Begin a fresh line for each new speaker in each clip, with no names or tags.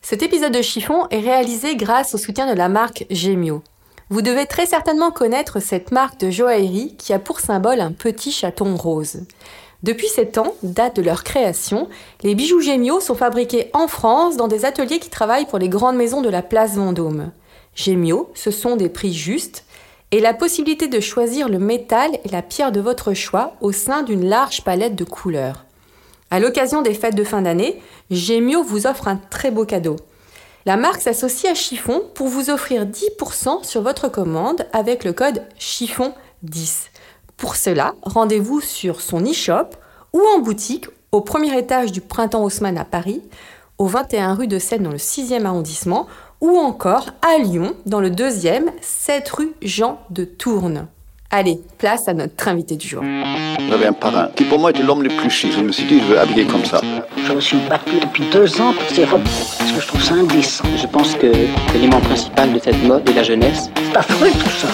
Cet épisode de Chiffon est réalisé grâce au soutien de la marque Gemio. Vous devez très certainement connaître cette marque de joaillerie qui a pour symbole un petit chaton rose. Depuis 7 ans, date de leur création, les bijoux Gémio sont fabriqués en France dans des ateliers qui travaillent pour les grandes maisons de la place Vendôme. Gémio, ce sont des prix justes et la possibilité de choisir le métal et la pierre de votre choix au sein d'une large palette de couleurs. À l'occasion des fêtes de fin d'année, Gémio vous offre un très beau cadeau. La marque s'associe à Chiffon pour vous offrir 10% sur votre commande avec le code Chiffon10. Pour cela, rendez-vous sur son e-shop ou en boutique au premier étage du Printemps Haussmann à Paris, au 21 rue de Seine dans le 6e arrondissement ou encore à Lyon dans le 2e, 7 rue Jean de Tourne. Allez, place à notre invité du jour.
J'avais un parrain qui pour moi était l'homme le plus chic. Je me suis dit, je veux habiller comme ça.
Je me suis battue depuis deux ans pour ces robes, parce que je trouve ça indécent.
Je pense que l'élément principal de cette mode est la jeunesse.
C'est affreux tout ça.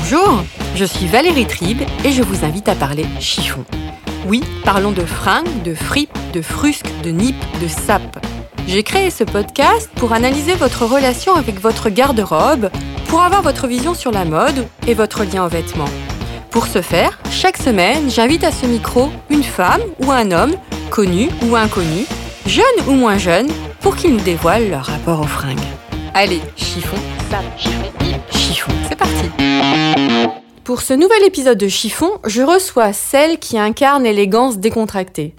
Bonjour, je suis Valérie Tribe et je vous invite à parler chiffon. Oui, parlons de fringues, de fripes, de frusques, de nippes, de sapes. J'ai créé ce podcast pour analyser votre relation avec votre garde-robe, pour avoir votre vision sur la mode et votre lien aux vêtements. Pour ce faire, chaque semaine, j'invite à ce micro une femme ou un homme, connu ou inconnu, jeune ou moins jeune, pour qu'ils nous dévoilent leur rapport aux fringues. Allez, chiffon, chiffon, c'est parti Pour ce nouvel épisode de Chiffon, je reçois celle qui incarne l'élégance décontractée.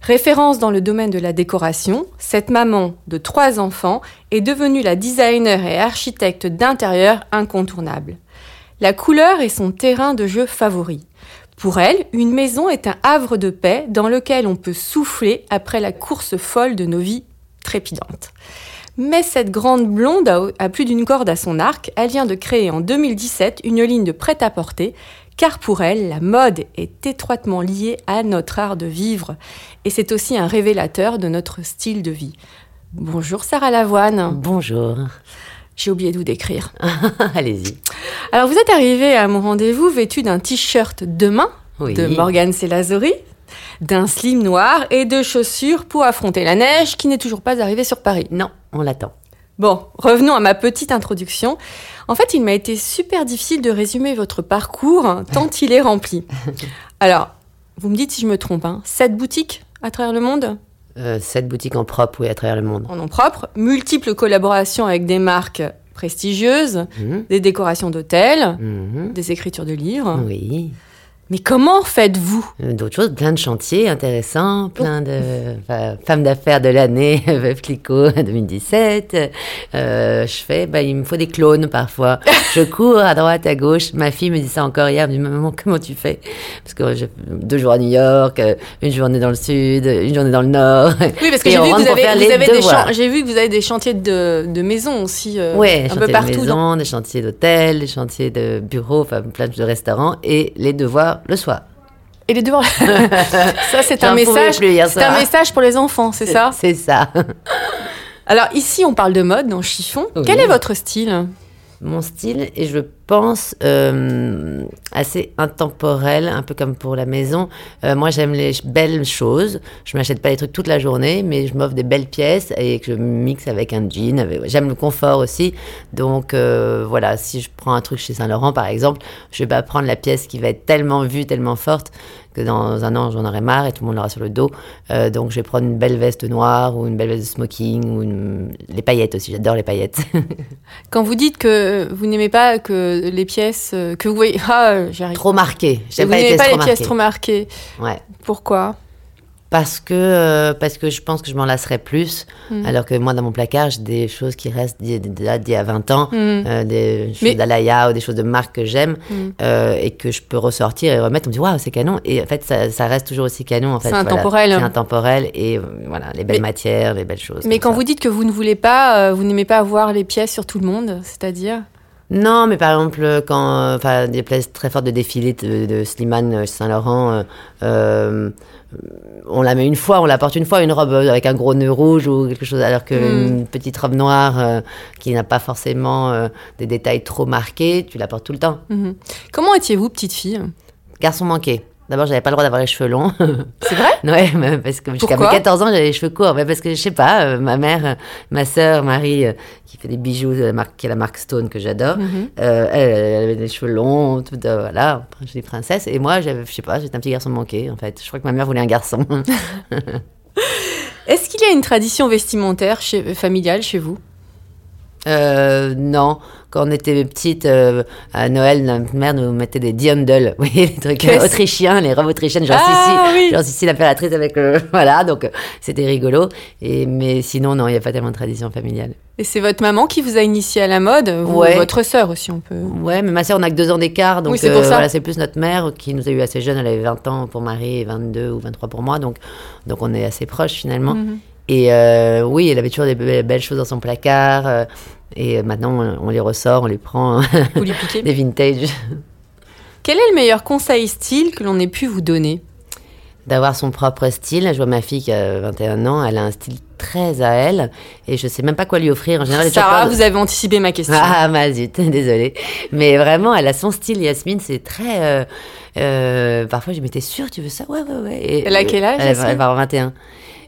Référence dans le domaine de la décoration, cette maman de trois enfants est devenue la designer et architecte d'intérieur incontournable. La couleur est son terrain de jeu favori. Pour elle, une maison est un havre de paix dans lequel on peut souffler après la course folle de nos vies trépidantes. Mais cette grande blonde a- a plus d'une corde à son arc. Elle vient de créer en 2017 une ligne de prêt-à-porter, car pour elle, la mode est étroitement liée à notre art de vivre. Et c'est aussi un révélateur de notre style de vie. Bonjour Sarah Lavoine.
Bonjour,
J'ai oublié de vous décrire.
allez-y.
Alors vous êtes arrivé à mon rendez-vous vêtu d'un t-shirt demain
Oui.
de Morgane Selazori, d'un slim noir et de chaussures pour affronter la neige qui n'est toujours pas arrivée sur Paris.
Non, on l'attend.
Bon, revenons à ma petite introduction. En fait, il m'a été super difficile de résumer votre parcours hein, tant il est rempli. Alors, vous me dites si je me trompe, hein, sept boutiques à travers le monde,
Euh, cette boutique en propre, oui, à travers le monde.
en nom propre, multiples collaborations avec des marques prestigieuses,
Mhm,
des décorations d'hôtels,
mhm,
des écritures de livres.
Oui.
Mais comment faites-vous
Euh, D'autres choses, plein de chantiers intéressants, plein de enfin, femmes d'affaires de l'année, Veuve Clicquot 2017. Euh, je fais, bah, il me faut des clones parfois. Je cours à droite, à gauche. Ma fille me dit ça encore hier, elle me dit Maman, comment tu fais Parce que j'ai deux jours à New York, euh, une journée dans le sud, une journée dans le nord.
Oui, parce que
Et
j'ai
on
vu que, vous
rentre pour
avez,
faire
vous
les
avez des
devoirs.
chan- j'ai vu que vous avez des chantiers de, de maisons aussi, euh,
Ouais,
un peu
chantiers de
partout. dans-
maison, des chantiers d'hôtels, des chantiers de bureaux, enfin plein de restaurants et les devoirs le soir.
Et les devoirs. ça, c'est un
J'en pouvais
message.
plus hier
C'est un
soir.
message pour les enfants, c'est ça
C'est ça.
Alors ici, on parle de mode dans chiffon.
Oui.
Quel est votre style
Mon style et je pense euh, assez intemporel, un peu comme pour la maison. Euh, moi, j'aime les ch- belles choses. Je m'achète pas des trucs toute la journée, mais je m'offre des belles pièces et que je mixe avec un jean. avec- J'aime le confort aussi. Donc euh, voilà, si je prends un truc chez Saint Laurent, par exemple, je vais pas prendre la pièce qui va être tellement vue, tellement forte que dans un an j'en aurai marre et tout le monde l'aura sur le dos. Euh, donc je vais prendre une belle veste noire ou une belle veste de smoking ou une- les paillettes aussi. J'adore les paillettes.
Quand vous dites que vous n'aimez pas que les pièces euh, que vous voyez, ah, euh, j'arrive.
trop marqué.
Vous
J'aime pas les
n'aimez
pièces
pas
trop
les pièces
marquées.
trop marquées.
Ouais.
Pourquoi
parce que, euh, parce que je pense que je m'en lasserai plus.
Hmm.
Alors que moi, dans mon placard, j'ai des choses qui restent d'il d'il y a- d'il y a 20 ans,
Hmm.
euh, des choses
Mais- Hmm.
d'Alaya ou des choses de marque que j'aime euh, et que je peux ressortir et remettre. On me dit, waouh, c'est canon. Et en fait, ça, ça reste toujours aussi canon. En fait,
C'est
voilà.
intemporel. hein.
C'est intemporel et euh, voilà, les belles
Mais-
matières, les belles choses.
Mais
comme
quand
ça.
vous dites que vous ne voulez pas, euh, vous n'aimez pas avoir les pièces sur tout le monde, c'est-à-dire
Non, mais par exemple, quand, euh, enfin, des places très fortes de défilé de, de Slimane euh, Saint-Laurent, euh, euh, on la met une fois, on la porte une fois, une robe euh, avec un gros nœud rouge ou quelque chose, alors que une petite robe noire euh, qui n'a pas forcément euh, des détails trop marqués, tu la portes tout le temps.
Mhm. Comment étiez-vous, petite fille
Garçon manqué. D'abord, j'avais pas le droit d'avoir les cheveux longs.
C'est vrai
Ouais, mais parce que jusqu'à mes
Pourquoi
14 ans, j'avais les cheveux courts. Mais parce que je sais pas, euh, ma mère, euh, ma sœur Marie, euh, qui fait des bijoux de la marque, qui est la marque Stone que j'adore,
Mm-hmm.
euh, elle, elle avait des cheveux longs, tout, euh, voilà, je suis princesse. Et moi, j'avais, je sais pas, j'étais un petit garçon manqué en fait. Je crois que ma mère voulait un garçon.
Est-ce qu'il y a une tradition vestimentaire chez- familiale chez vous
Euh, non, quand on était petite, euh, à Noël, notre mère nous mettait des dirndl, vous voyez, les trucs euh,
Qu'est-ce
autrichiens, les robes autrichiennes, genre
Ah,
Sissi,
oui.
genre Sissi l'impératrice avec le, voilà, donc euh, c'était rigolo. Et mais sinon, non, il n'y a pas tellement de tradition familiale.
Et c'est votre maman qui vous a initié à la mode, vous,
Ouais.
votre sœur aussi, on peut.
Ouais, mais ma sœur, on a que deux ans d'écart, donc euh,
Oui, c'est pour ça.
voilà, c'est plus notre mère qui nous a eu assez jeune. Elle avait 20 ans pour Marie et 22 ou 23 pour moi, donc donc on est assez proches finalement.
Mm-hmm.
Et euh, oui, elle avait toujours des be- belles choses dans son placard. euh, et maintenant, on on les ressort, on les prend,
Vous lui piquez.
des vintage.
Quel est le meilleur conseil style que l'on ait pu vous donner
d'avoir son propre style. Je vois ma fille qui a 21 ans, elle a un style très à elle et je sais même pas quoi lui offrir. En général, j'ai toujours
Sarah,
peur de-
vous avez anticipé ma question.
Ah, ma zut, désolée. Mais vraiment, elle a son style, Yasmine, c'est très... euh, euh, parfois, je m'étais sûre, tu veux ça Ouais, ouais, ouais. Et-
Elle a quel âge,
elle, va-
Yasmine
elle va avoir 21.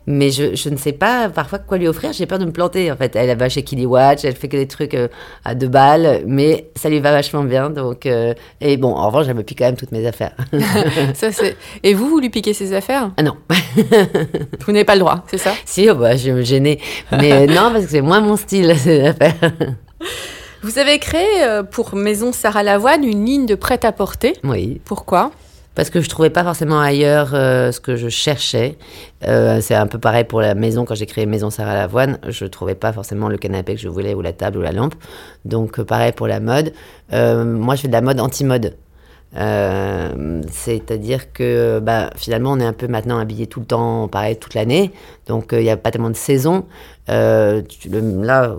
Mais je, je ne sais pas parfois quoi lui offrir, j'ai peur de me planter en fait. Elle va chez Kili Watch, elle fait que des trucs euh, à deux balles, mais ça lui va vachement bien. Donc, euh, Et bon, en revanche, elle me pique quand même toutes mes affaires.
Ça, c'est- Et vous, vous lui piquez ses affaires
ah non,
Vous n'avez pas le droit, c'est ça
Si, oh bah, je vais me gêner. Mais euh, non, parce que c'est moins mon style, cette affaire.
Vous avez créé euh, pour Maison Sarah Lavoine une ligne de prêt-à-porter.
Oui.
Pourquoi
Parce que je trouvais pas forcément ailleurs euh, ce que je cherchais. Euh, c'est un peu pareil pour la maison. Quand j'ai créé Maison Sarah Lavoine, je trouvais pas forcément le canapé que je voulais ou la table ou la lampe. Donc, euh, pareil pour la mode. Euh, moi, je fais de la mode anti-mode. Euh, C'est-à-dire que bah, finalement, on est un peu maintenant habillé tout le temps, pareil, toute l'année. Donc, euh, il n'y a pas tellement de saison. Euh, tu- le- là,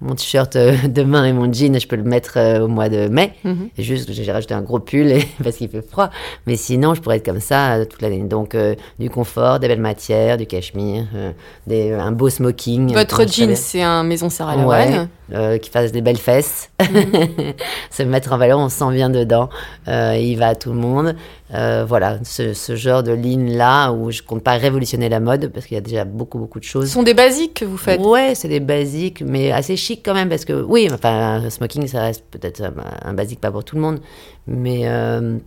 mon t-shirt euh, demain et mon jean, je peux le mettre euh, au mois de mai.
Mhm.
Juste que j'ai rajouté un gros pull et- parce qu'il fait froid. Mais sinon, je pourrais être comme ça euh, toute l'année. Donc, euh, du confort, des belles matières, du cachemire, euh, des- un beau smoking. euh,
Votre
comme je savais.
jean, c'est un Maison Sarah
Ouais,
Lavoine.
euh, qui fasse des belles fesses, se mettre en valeur, on se sent bien dedans, euh, il va à tout le monde. Euh, voilà, ce, ce genre de ligne-là où je compte pas révolutionner la mode parce qu'il y a déjà beaucoup, beaucoup de
Ce
choses.
sont des basiques que vous faites.
Ouais, c'est des basiques, mais assez chic quand même, parce que oui, enfin, un smoking, ça reste peut-être un, un basique pas pour tout le monde, mais euh,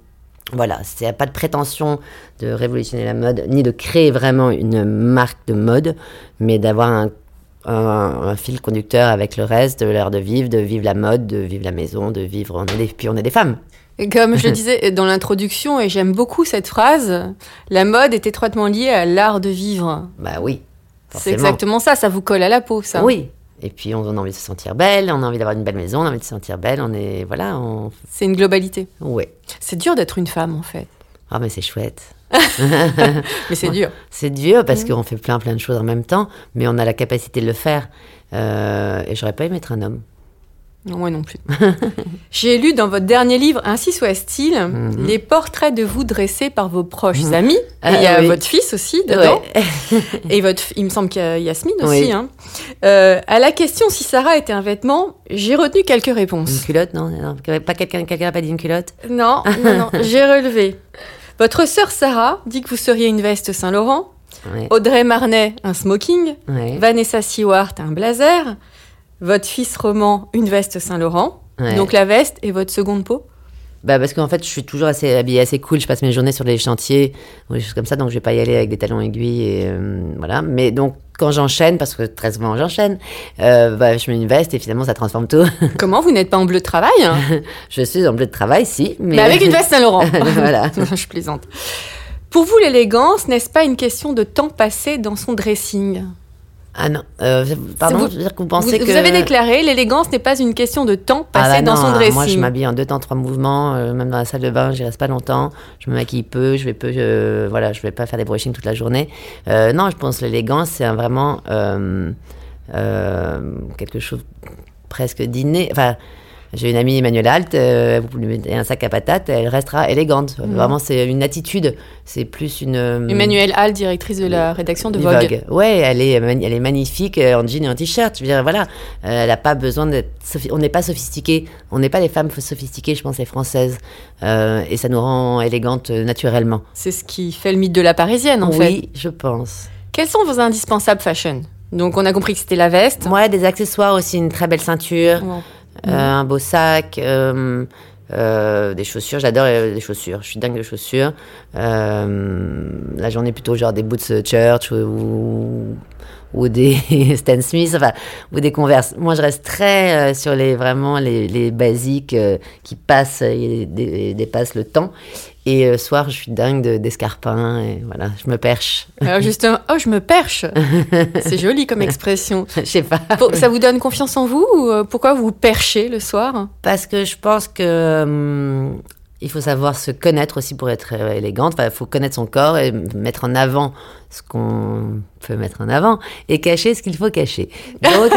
voilà, c'est y a pas de prétention de révolutionner la mode, ni de créer vraiment une marque de mode, mais d'avoir un, un- un fil conducteur avec le reste de l'heure de vivre, de vivre la mode, de vivre la maison, de vivre, on est des, puis on est des femmes.
Et Comme je le disais dans l'introduction, et j'aime beaucoup cette phrase, la mode est étroitement liée à l'art de vivre.
Bah oui,
C'est
forcément.
exactement ça, ça vous colle à la peau, ça.
Oui. Et puis on on a envie de se sentir belle, on a envie d'avoir une belle maison, on a envie de se sentir belle, on est voilà, on
C'est une globalité.
ouais.
C'est dur d'être une femme, en fait.
Ah mais c'est chouette.
Mais c'est dur.
C'est dur parce qu'on fait plein plein de choses en même temps, mais on a la capacité de le faire. Euh, et j'aurais pas aimé être un homme.
Moi non plus. J'ai lu dans votre dernier livre, Ainsi soit-il, les portraits de vous dressés par vos proches amis. Et
Mhm. Ah,
il y a
oui.
votre fils aussi dedans.
Ouais.
Et votre, il me semble qu'il y a Yasmine aussi.
Oui.
hein. Euh, à la question si Sarah était un vêtement, j'ai retenu quelques
Une
réponses.
culotte, non, non, Pas quelqu'un, quelqu'un a pas dit une culotte
Non, non, non, j'ai relevé. Votre sœur Sarah dit que vous seriez une veste Saint-Laurent,
Ouais.
Audrey Marnet un smoking,
Ouais.
Vanessa Seward un blazer, votre fils Roman une veste Saint-Laurent.
Ouais.
Donc la veste est votre seconde peau.
Bah parce qu'en fait, je suis toujours assez habillée assez cool. Je passe mes journées sur les chantiers ou des choses comme ça, donc je vais pas y aller avec des talons aiguilles et euh, voilà. Mais donc quand j'enchaîne, parce que très souvent j'enchaîne, euh, bah, je mets une veste et finalement ça transforme tout.
Comment vous n'êtes pas en bleu de travail hein
je suis en bleu de travail, si, mais,
Mais avec une veste Saint-Laurent.
Voilà.
je plaisante. Pour vous, l'élégance, n'est-ce pas une question de temps passé dans son dressing
Ah non, euh, pardon,
Vous-
je veux dire que vous
vous,
pensez que...
vous avez déclaré, l'élégance n'est pas une question de temps
Ah
passé
bah
dans
non,
son
hein,
dressing.
Moi, je m'habille en deux temps, trois mouvements. euh, même dans la salle de bain, j'y reste pas longtemps. Je me maquille peu, je vais peu, je, voilà, je vais pas faire des brushings toute la journée. Euh, non, je pense que l'élégance, c'est un vraiment euh, euh, quelque chose presque d'inné. Enfin, j'ai une amie, Emmanuelle Alt, euh, vous lui mettez un sac à patates, elle restera élégante. Vraiment, c'est une attitude. C'est plus une. euh,
Mhm. Emmanuelle Hall, directrice de la rédaction de
du
Vogue.
Ouais, elle est, mani- elle est magnifique euh, en jean et en t-shirt. Je veux dire, voilà, Euh, elle n'a pas besoin d'être. sophi- On n'est pas sophistiqué. On n'est pas les femmes sophistiquées, je pense, les françaises. Euh, et ça nous rend élégantes euh, naturellement.
C'est ce qui fait le mythe de la parisienne, en
oui,
fait.
je pense.
Quels sont vos indispensables fashion Donc, on a compris que c'était la veste.
Moi, des accessoires aussi, une très belle ceinture,
Bon.
euh, un beau sac. euh, euh, des chaussures, j'adore euh, les chaussures, je suis dingue de chaussures. Euh, la journée plutôt genre des boots euh, church ou, ou des Stan Smith, enfin, ou des Converse. Moi, je reste très euh, sur les vraiment les, les basiques euh, qui passent et dé- dépassent le temps. Et euh, soir, je suis dingue de- d'escarpins et voilà, je me perche.
Alors, justement, oh, je me perche C'est joli comme expression.
Je sais pas.
Pour- ça vous donne confiance en vous ou euh, pourquoi vous vous perchez le soir
Parce que je pense que hum, il faut savoir se connaître aussi pour être euh, élégante. Enfin, il faut connaître son corps et mettre en avant ce qu'on peut mettre en avant et cacher ce qu'il faut cacher. Donc,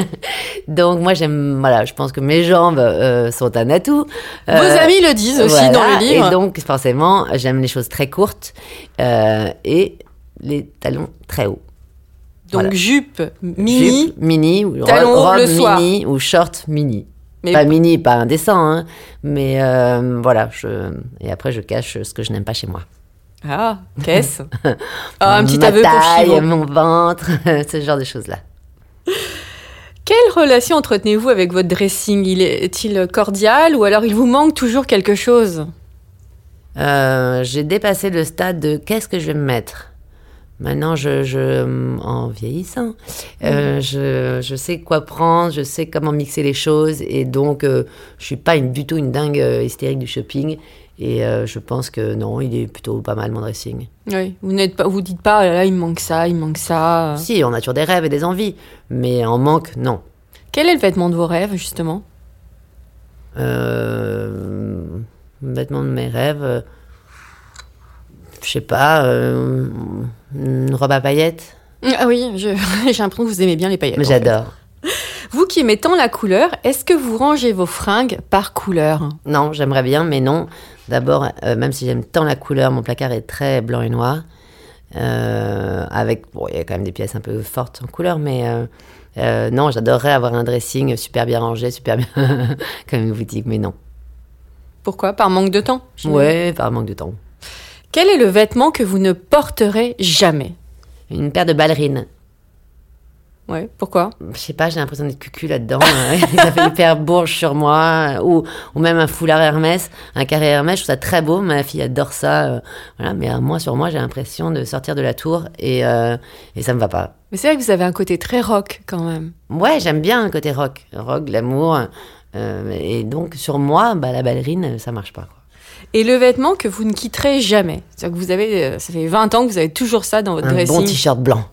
donc moi j'aime. Voilà, je pense que mes jambes euh, sont un atout.
Vos
Euh,
amis le disent aussi
voilà,
dans le livre.
Et donc forcément, j'aime les choses très courtes euh, et les talons très hauts.
Donc,
voilà.
jupe, mini.
Jupe mini, ou
talons
robe,
hauts le
robe
soir.
mini ou short mini.
Mais-
Pas mini, pas indécent, hein. mais euh, voilà. Je... Et après, je cache ce que je n'aime pas chez moi.
Ah, qu'est-ce Ah, Un petit
Ma
aveu pour
taille,
Chiro.
mon ventre, ce genre de choses-là.
Quelle relation entretenez-vous avec votre dressing Il est- Est-il cordial ou alors il vous manque toujours quelque chose
Euh, J'ai dépassé le stade de qu'est-ce que je vais me mettre. Maintenant, je, je- en vieillissant,
Mm.
euh, je, je sais quoi prendre, je sais comment mixer les choses, et donc euh, je suis pas une, du tout une dingue euh, hystérique du shopping. Et euh, je pense que non, il est plutôt pas mal mon dressing.
Oui, vous n'êtes pas, vous dites pas, Ah là là, il me manque ça, il me manque ça.
Si, on a toujours des rêves et des envies, mais en manque, non.
Quel est le vêtement de vos rêves, justement
Euh, vêtements de mes rêves, euh, je sais pas, euh, une robe à paillettes.
Ah oui, je- j'ai l'impression que vous aimez bien les paillettes.
Mais
en fait.
j'adore.
Vous qui aimez tant la couleur, est-ce que vous rangez vos fringues par couleur
Non, j'aimerais bien, mais non. D'abord, euh, même si j'aime tant la couleur, mon placard est très blanc et noir. Euh, avec, bon, il y a quand même des pièces un peu fortes en couleur, mais euh, euh, non, j'adorerais avoir un dressing super bien rangé, super bien comme une boutique, mais non.
Pourquoi Par manque de temps j'imagine.
Ouais, par manque de temps.
Quel est le vêtement que vous ne porterez jamais
Une paire de ballerines.
Ouais, pourquoi
Je sais pas, j'ai l'impression d'être cucu là-dedans. euh, ça fait hyper bourge sur moi. euh, Ou, ou même un foulard Hermès, un carré Hermès, je trouve ça très beau. Ma fille adore ça. euh, voilà, mais euh, moi, sur moi, j'ai l'impression de sortir de la tour et, euh, et ça me va pas.
Mais c'est vrai que vous avez un côté très rock quand même.
Ouais, j'aime bien le côté rock. Rock, l'amour. euh, et donc, sur moi, bah, la ballerine, euh, ça marche pas. quoi.
Et le vêtement que vous ne quitterez jamais. C'est-à-dire que vous avez, euh, ça fait 20 ans que vous avez toujours ça dans votre
Un
dressing. Ah,
bon t-shirt blanc.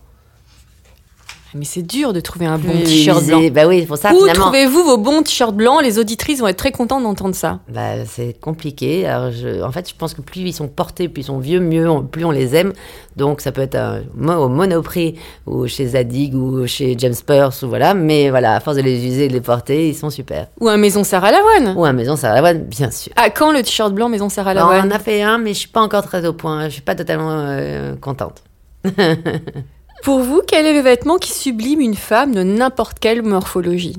Mais c'est dur de trouver un bon
Plus
t-shirt
usé.
blanc.
Bah oui, pour ça,
Où
finalement.
trouvez-vous vos bons t-shirts blancs Les auditrices vont être très contentes d'entendre ça.
Bah, c'est compliqué. Alors, je- en fait, je pense que plus ils sont portés, plus ils sont vieux, mieux, on- plus on les aime. Donc, ça peut être un- mo- au Monoprix ou chez Zadig ou chez James Peirce ou voilà. Mais voilà, à force de les user et de les porter, ils sont super.
Ou un Maison Sarah Lavoine.
Ou à Maison Sarah Lavoine, bien sûr.
À quand le t-shirt blanc Maison Sarah
Alors, Bah, on
Lavoine
en a fait un, mais je suis pas encore très au point. Je suis pas totalement euh, contente.
Pour vous, quel est le vêtement qui sublime une femme de n'importe quelle morphologie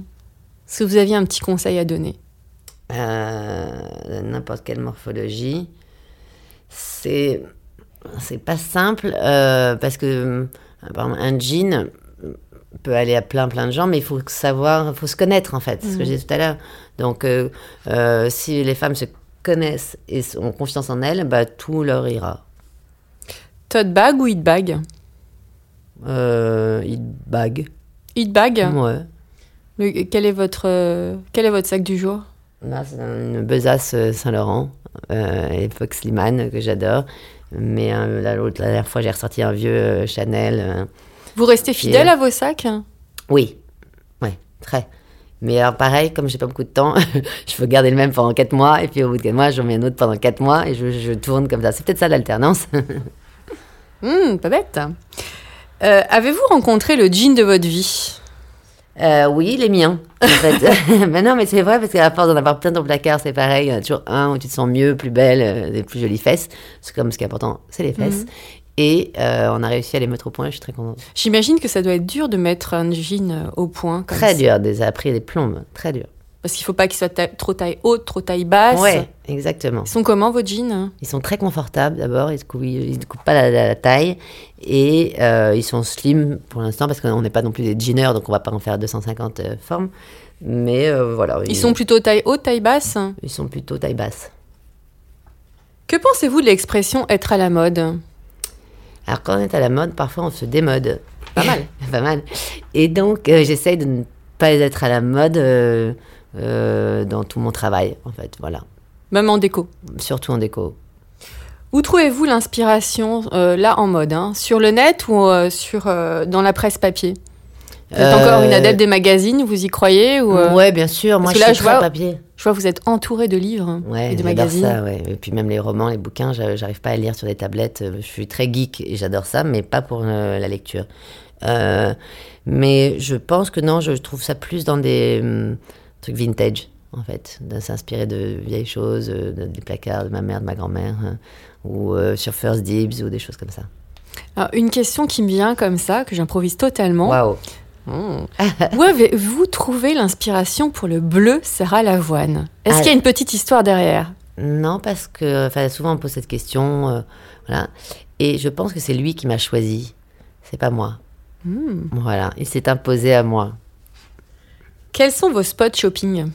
Est-ce que vous aviez un petit conseil à donner
Euh, n'importe quelle morphologie. C'est c'est pas simple euh, parce que euh, par exemple, un jean peut aller à plein plein de gens, mais il faut savoir, faut se connaître en fait, c'est ce que j'ai dit tout à l'heure. Donc euh, euh, si les femmes se connaissent et s- ont confiance en elles, bah, tout leur ira.
Tote bag ou hit bag
Euh, ils baguent.
Hit bag
Ouais.
Le- quel, est votre, euh, quel est votre sac du jour
Là, c'est une besace euh, Saint-Laurent euh, et Fox Liman euh, que j'adore. Mais hein, la, l'autre- la dernière fois, j'ai ressorti un vieux euh, Chanel. euh,
Vous restez fidèle à vos sacs
Oui, ouais, très. Mais alors pareil, comme j'ai pas beaucoup de temps, je peux garder le même pendant 4 mois, et puis au bout de 4 mois, j'en mets un autre pendant 4 mois, et je, je tourne comme ça. C'est peut-être ça l'alternance.
Hum, Pas bête. Euh, Avez-vous rencontré le jean de votre vie
Euh, oui, les miens, en fait. mais non, mais c'est vrai, parce qu'à force d'en avoir plein dans le placard, c'est pareil. Il y en a toujours un où tu te sens mieux, plus belle, euh, des plus jolies fesses. C'est comme ce qui est important, c'est les
Mhm.
fesses. Et euh, on a réussi à les mettre au point, je suis très contente.
J'imagine que ça doit être dur de mettre un jean au point. Comme
Très
ça.
dur, des, ça a pris des plombes, très dur.
Parce qu'il faut pas qu'il soit ta- trop taille haute, trop taille basse.
Ouais, exactement.
Ils sont comment vos jeans
Ils sont très confortables d'abord, ils ne coupent, ils ne coupent pas la, la- la taille et euh, ils sont slim pour l'instant parce qu'on n'est pas non plus des jeaners donc on va pas en faire 250 euh, formes. Mais euh, voilà,
Ils sont plutôt taille haute, taille basse
ils sont plutôt taille basse.
Que pensez-vous de l'expression être à la mode
Alors quand on est à la mode, parfois on se démode. Pas mal. pas mal. Et donc euh, j'essaye de ne pas être à la mode euh, euh, dans tout mon travail en fait, voilà.
Même en déco.
Surtout en déco.
Où trouvez-vous l'inspiration, euh, là, en mode hein Sur le net ou euh, sur, euh, dans la presse papier Vous êtes
Euh,
encore une adepte des magazines, vous y croyez ou, euh,
Ouais, bien sûr. Moi,
parce que
je
là, je
suis très
vois-
papier.
Je vois que vous êtes entouré de livres
Ouais,
et de
j'adore
magazines.
ça, ouais. Et puis même les romans, les bouquins, j'a- j'arrive pas à lire sur des tablettes. Euh, Je suis très geek et j'adore ça, mais pas pour euh, la lecture. Euh, mais je pense que non, je trouve ça plus dans des hum, trucs vintage, en fait. De s'inspirer de vieilles choses, euh, de- des placards de ma mère, de ma grand-mère, euh, ou euh, sur First Dibs, ou des choses comme ça.
Alors, une question qui me vient comme ça, que j'improvise totalement. Hmm.
Waouh
Où avez-vous trouvé l'inspiration pour le bleu Sarah Lavoine Est-ce
Ah.
qu'il y a une petite histoire derrière
Non, parce que enfin, souvent on me pose cette question, euh, voilà. Et je pense que c'est lui qui m'a choisi, c'est pas moi.
Hmm.
Voilà, il s'est imposé à moi.
Quels sont vos spots shopping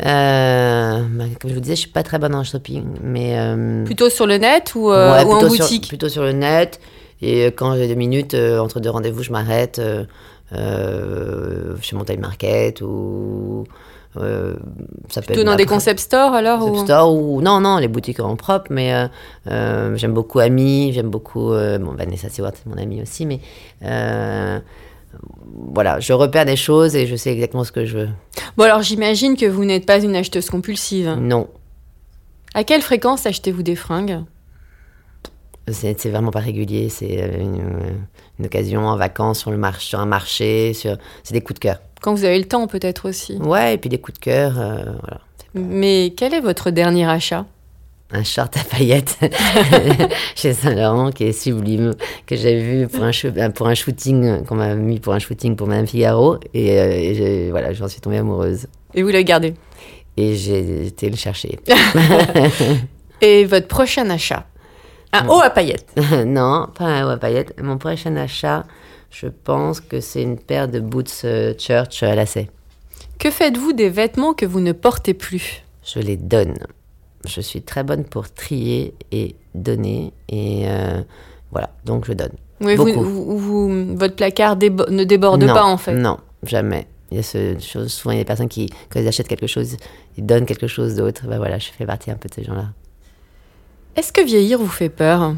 Euh, bah, comme je vous disais, je suis pas très bonne en shopping, mais euh,
Plutôt sur le net ou, euh,
ouais,
ou en
plutôt sur-
boutique
plutôt sur le net. Et euh, quand j'ai deux minutes euh, entre deux rendez-vous, je m'arrête euh, euh, chez mon taille market ou euh, ça peut
Plutôt
être
dans
ma
des
pre-
concept stores alors
concept
ou-
store ou non non les boutiques en propre, mais euh, euh, j'aime beaucoup Ami, j'aime beaucoup euh, bon Vanessa Seward, c'est mon amie aussi, mais euh, voilà, je repère des choses et je sais exactement ce que je veux.
Bon alors j'imagine que vous n'êtes pas une acheteuse compulsive.
Non,
À quelle fréquence achetez-vous des fringues
C'est c'est vraiment pas régulier, c'est euh, une, euh, une occasion en vacances, sur, le mar- sur un marché, sur... c'est des coups de cœur.
Quand vous avez le temps peut-être aussi.
Ouais, et puis des coups de cœur, euh, voilà.
Mais quel est votre dernier achat
Un short à paillettes chez Saint-Laurent qui est sublime, que j'ai vu pour un, shoot- euh, pour un shooting, euh, qu'on m'a mis pour un shooting pour Madame Figaro, et, euh, et j'ai- voilà, j'en suis tombée amoureuse.
Et vous le gardez.
Et j'ai été le chercher.
Et votre prochain achat Un
Hmm.
haut à paillettes.
non, pas un haut à paillettes. Mon prochain achat, je pense que c'est une paire de boots euh, church à lacets.
Que faites-vous des vêtements que vous ne portez plus
je les donne. Je suis très bonne pour trier et donner. Et euh, voilà, donc je donne.
Oui, vous-
Beaucoup.
vous- vous- votre placard débo- ne déborde
non, Mm.
pas en fait.
Non, jamais. Il y a ce chose, souvent, il y a des personnes qui, quand ils achètent quelque chose, ils donnent quelque chose d'autre. Ben voilà, je fais partie un peu de ces gens-là.
Est-ce que vieillir vous fait peur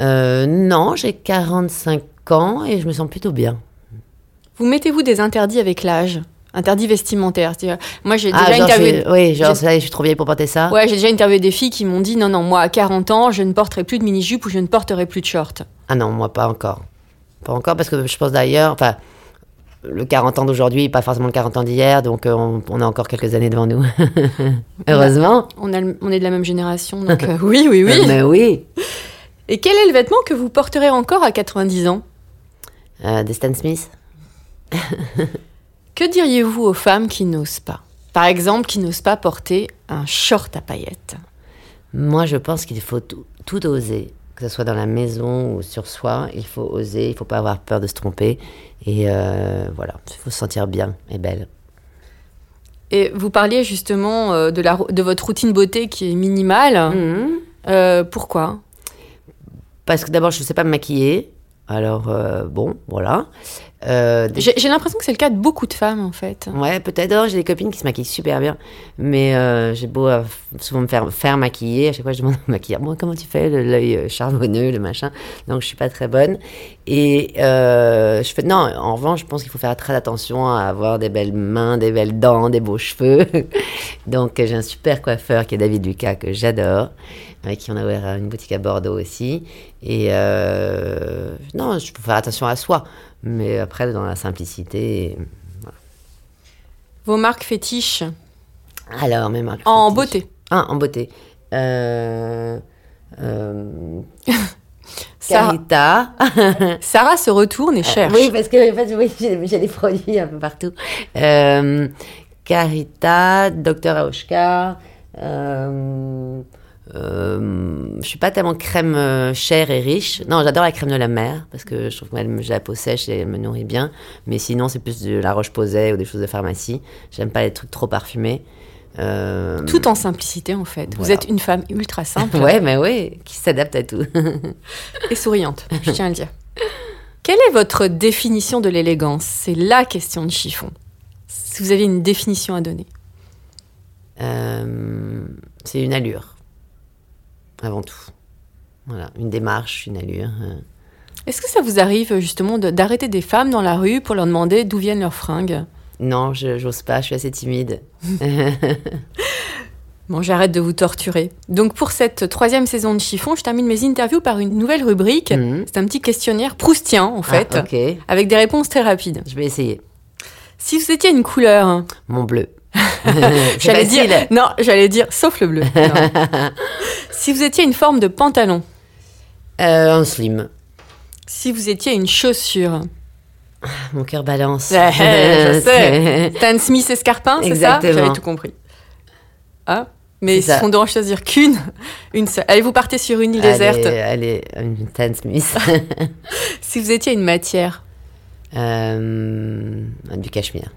Euh, non, j'ai 45 ans et je me sens plutôt bien.
Vous mettez-vous des interdits avec l'âge Interdits vestimentaires. c'est-à-dire- Moi, j'ai
Ah,
déjà
genre,
interviewé.
je- oui, genre,
j'ai-
ça y est, je suis trop vieille pour porter ça.
Ouais, j'ai déjà interviewé des filles qui m'ont dit non, non, moi à 40 ans, je ne porterai plus de mini-jupe ou je ne porterai plus de short.
Ah non, moi pas encore. Pas encore parce que je pense d'ailleurs, enfin, le 40 ans d'aujourd'hui, pas forcément le 40 ans d'hier, donc euh, on, on a encore quelques années devant nous. Heureusement.
On, a le- on est de la même génération, donc euh, oui, oui, Bah, oui.
Mais oui.
Et quel est le vêtement que vous porterez encore à 90 ans
Euh, des Stan Smith.
Que diriez-vous aux femmes qui n'osent pas Par exemple, qui n'osent pas porter un short à paillettes.
Moi, je pense qu'il faut tout, tout oser, que ce soit dans la maison ou sur soi. Il faut oser, il faut pas avoir peur de se tromper. Et euh, voilà, il faut se sentir bien et belle.
Et vous parliez justement euh, de, la, rou- de votre routine beauté qui est minimale.
Mm.
Euh, pourquoi
Parce que d'abord, je ne sais pas me maquiller. Alors, euh, bon, voilà. euh, des-
J'ai j'ai l'impression que c'est le cas de beaucoup de femmes, en fait.
Ouais, peut-être. Non, J'ai des copines qui se maquillent super bien, mais euh, j'ai beau euh, souvent me faire, faire maquiller. À chaque fois, je demande au maquilleur Bon, comment tu fais le- L'œil euh, charbonneux, le machin. Donc, je suis pas très bonne. Et euh, je fais non. En revanche, je pense qu'il faut faire très attention à avoir des belles mains, des belles dents, des beaux cheveux. Donc, euh, j'ai un super coiffeur qui est David Lucas que j'adore, avec qui on a ouvert euh, une boutique à Bordeaux aussi. Et euh, non, je faut faire attention à soi, mais après dans la simplicité.
Vos marques fétiches
Alors, mes marques.
en
fétiches.
beauté.
Ah, en beauté. Euh, euh,
Sarah,
Carita.
Sarah se retourne et cherche.
Mm. Ah, oui, parce que en fait, oui, j'ai j'ai des produits un peu partout. Euh, Carita, Docteur Aoshka. Euh, euh, je suis pas tellement crème euh, chère et riche. Non, j'adore la crème de la mer parce que je trouve que moi, j'ai la peau sèche et elle me nourrit bien. Mais sinon, c'est plus de la roche-posay ou des choses de pharmacie. J'aime pas les trucs trop parfumés. Euh,
Tout en simplicité, en fait. Vous
Voilà.
êtes une femme ultra simple
Ouais, mais oui, qui s'adapte à tout.
et souriante, je tiens à le dire. Quelle est votre définition de l'élégance C'est la question de chiffon. Si vous avez une définition à donner.
Euh, c'est une allure, avant tout. Voilà, une démarche, une allure. euh.
Est-ce que ça vous arrive justement de- d'arrêter des femmes dans la rue pour leur demander d'où viennent leurs fringues
Non, je j'ose pas, je suis assez timide.
Bon, j'arrête de vous torturer. Donc pour cette troisième saison de chiffon, je termine mes interviews par une nouvelle rubrique.
Mhm.
C'est un petit questionnaire proustien en fait,
Ah, ok,
avec des réponses très rapides.
je vais essayer.
Si vous étiez une couleur, hein,
Mon bleu. C'est
j'allais
facile.
dire non, j'allais dire sauf le bleu. Non. si vous étiez une forme de pantalon,
Euh, un slim.
si vous étiez une chaussure,
Mon cœur balance.
Ouais, je sais.
C'est-
Stan Smith et Scarpin, c'est ça
Exactement.
J'avais tout compris. Ah, mais
C'est ça.
ils sont deux à choisir qu'une, une seule. Allez, vous partez sur une île déserte.
Allez, allez, une Tan Smith.
Si vous étiez une matière,
Euh, du cachemire.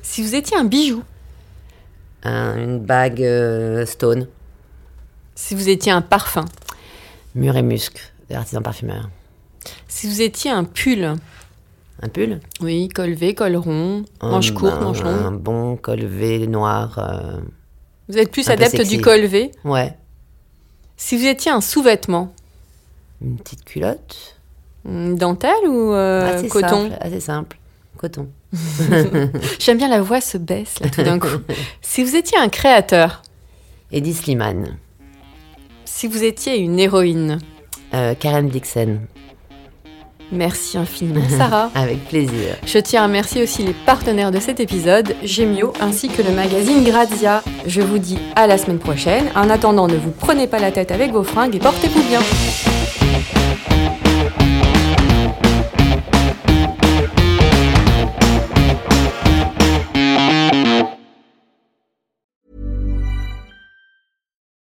si vous étiez un bijou,
Un- une bague euh, stone.
si vous étiez un parfum,
Mur et muscle. Artisan parfumeur.
si vous étiez un pull,
Un pull
oui, col V, col rond, manche
Un-
courte,
un-
manche
Un
longue.
bon col V noir. euh,
Vous êtes plus
un peu
adepte
sexy.
du col V.
Ouais.
Si vous étiez un sous-vêtement,
Une petite culotte.
hum, dentelle ou euh,
assez
coton
Simple, assez simple. Coton.
J'aime bien la voix se baisse là tout d'un coup. si vous étiez un créateur,
Eddie Slimane.
si vous étiez une héroïne,
Euh, Karen Blixen.
Merci infiniment, Sarah.
Avec plaisir.
Je tiens à remercier aussi les partenaires de cet épisode, Gemio ainsi que le magazine Grazia. Je vous dis à la semaine prochaine. En attendant, ne vous prenez pas la tête avec vos fringues et portez-vous bien.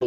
The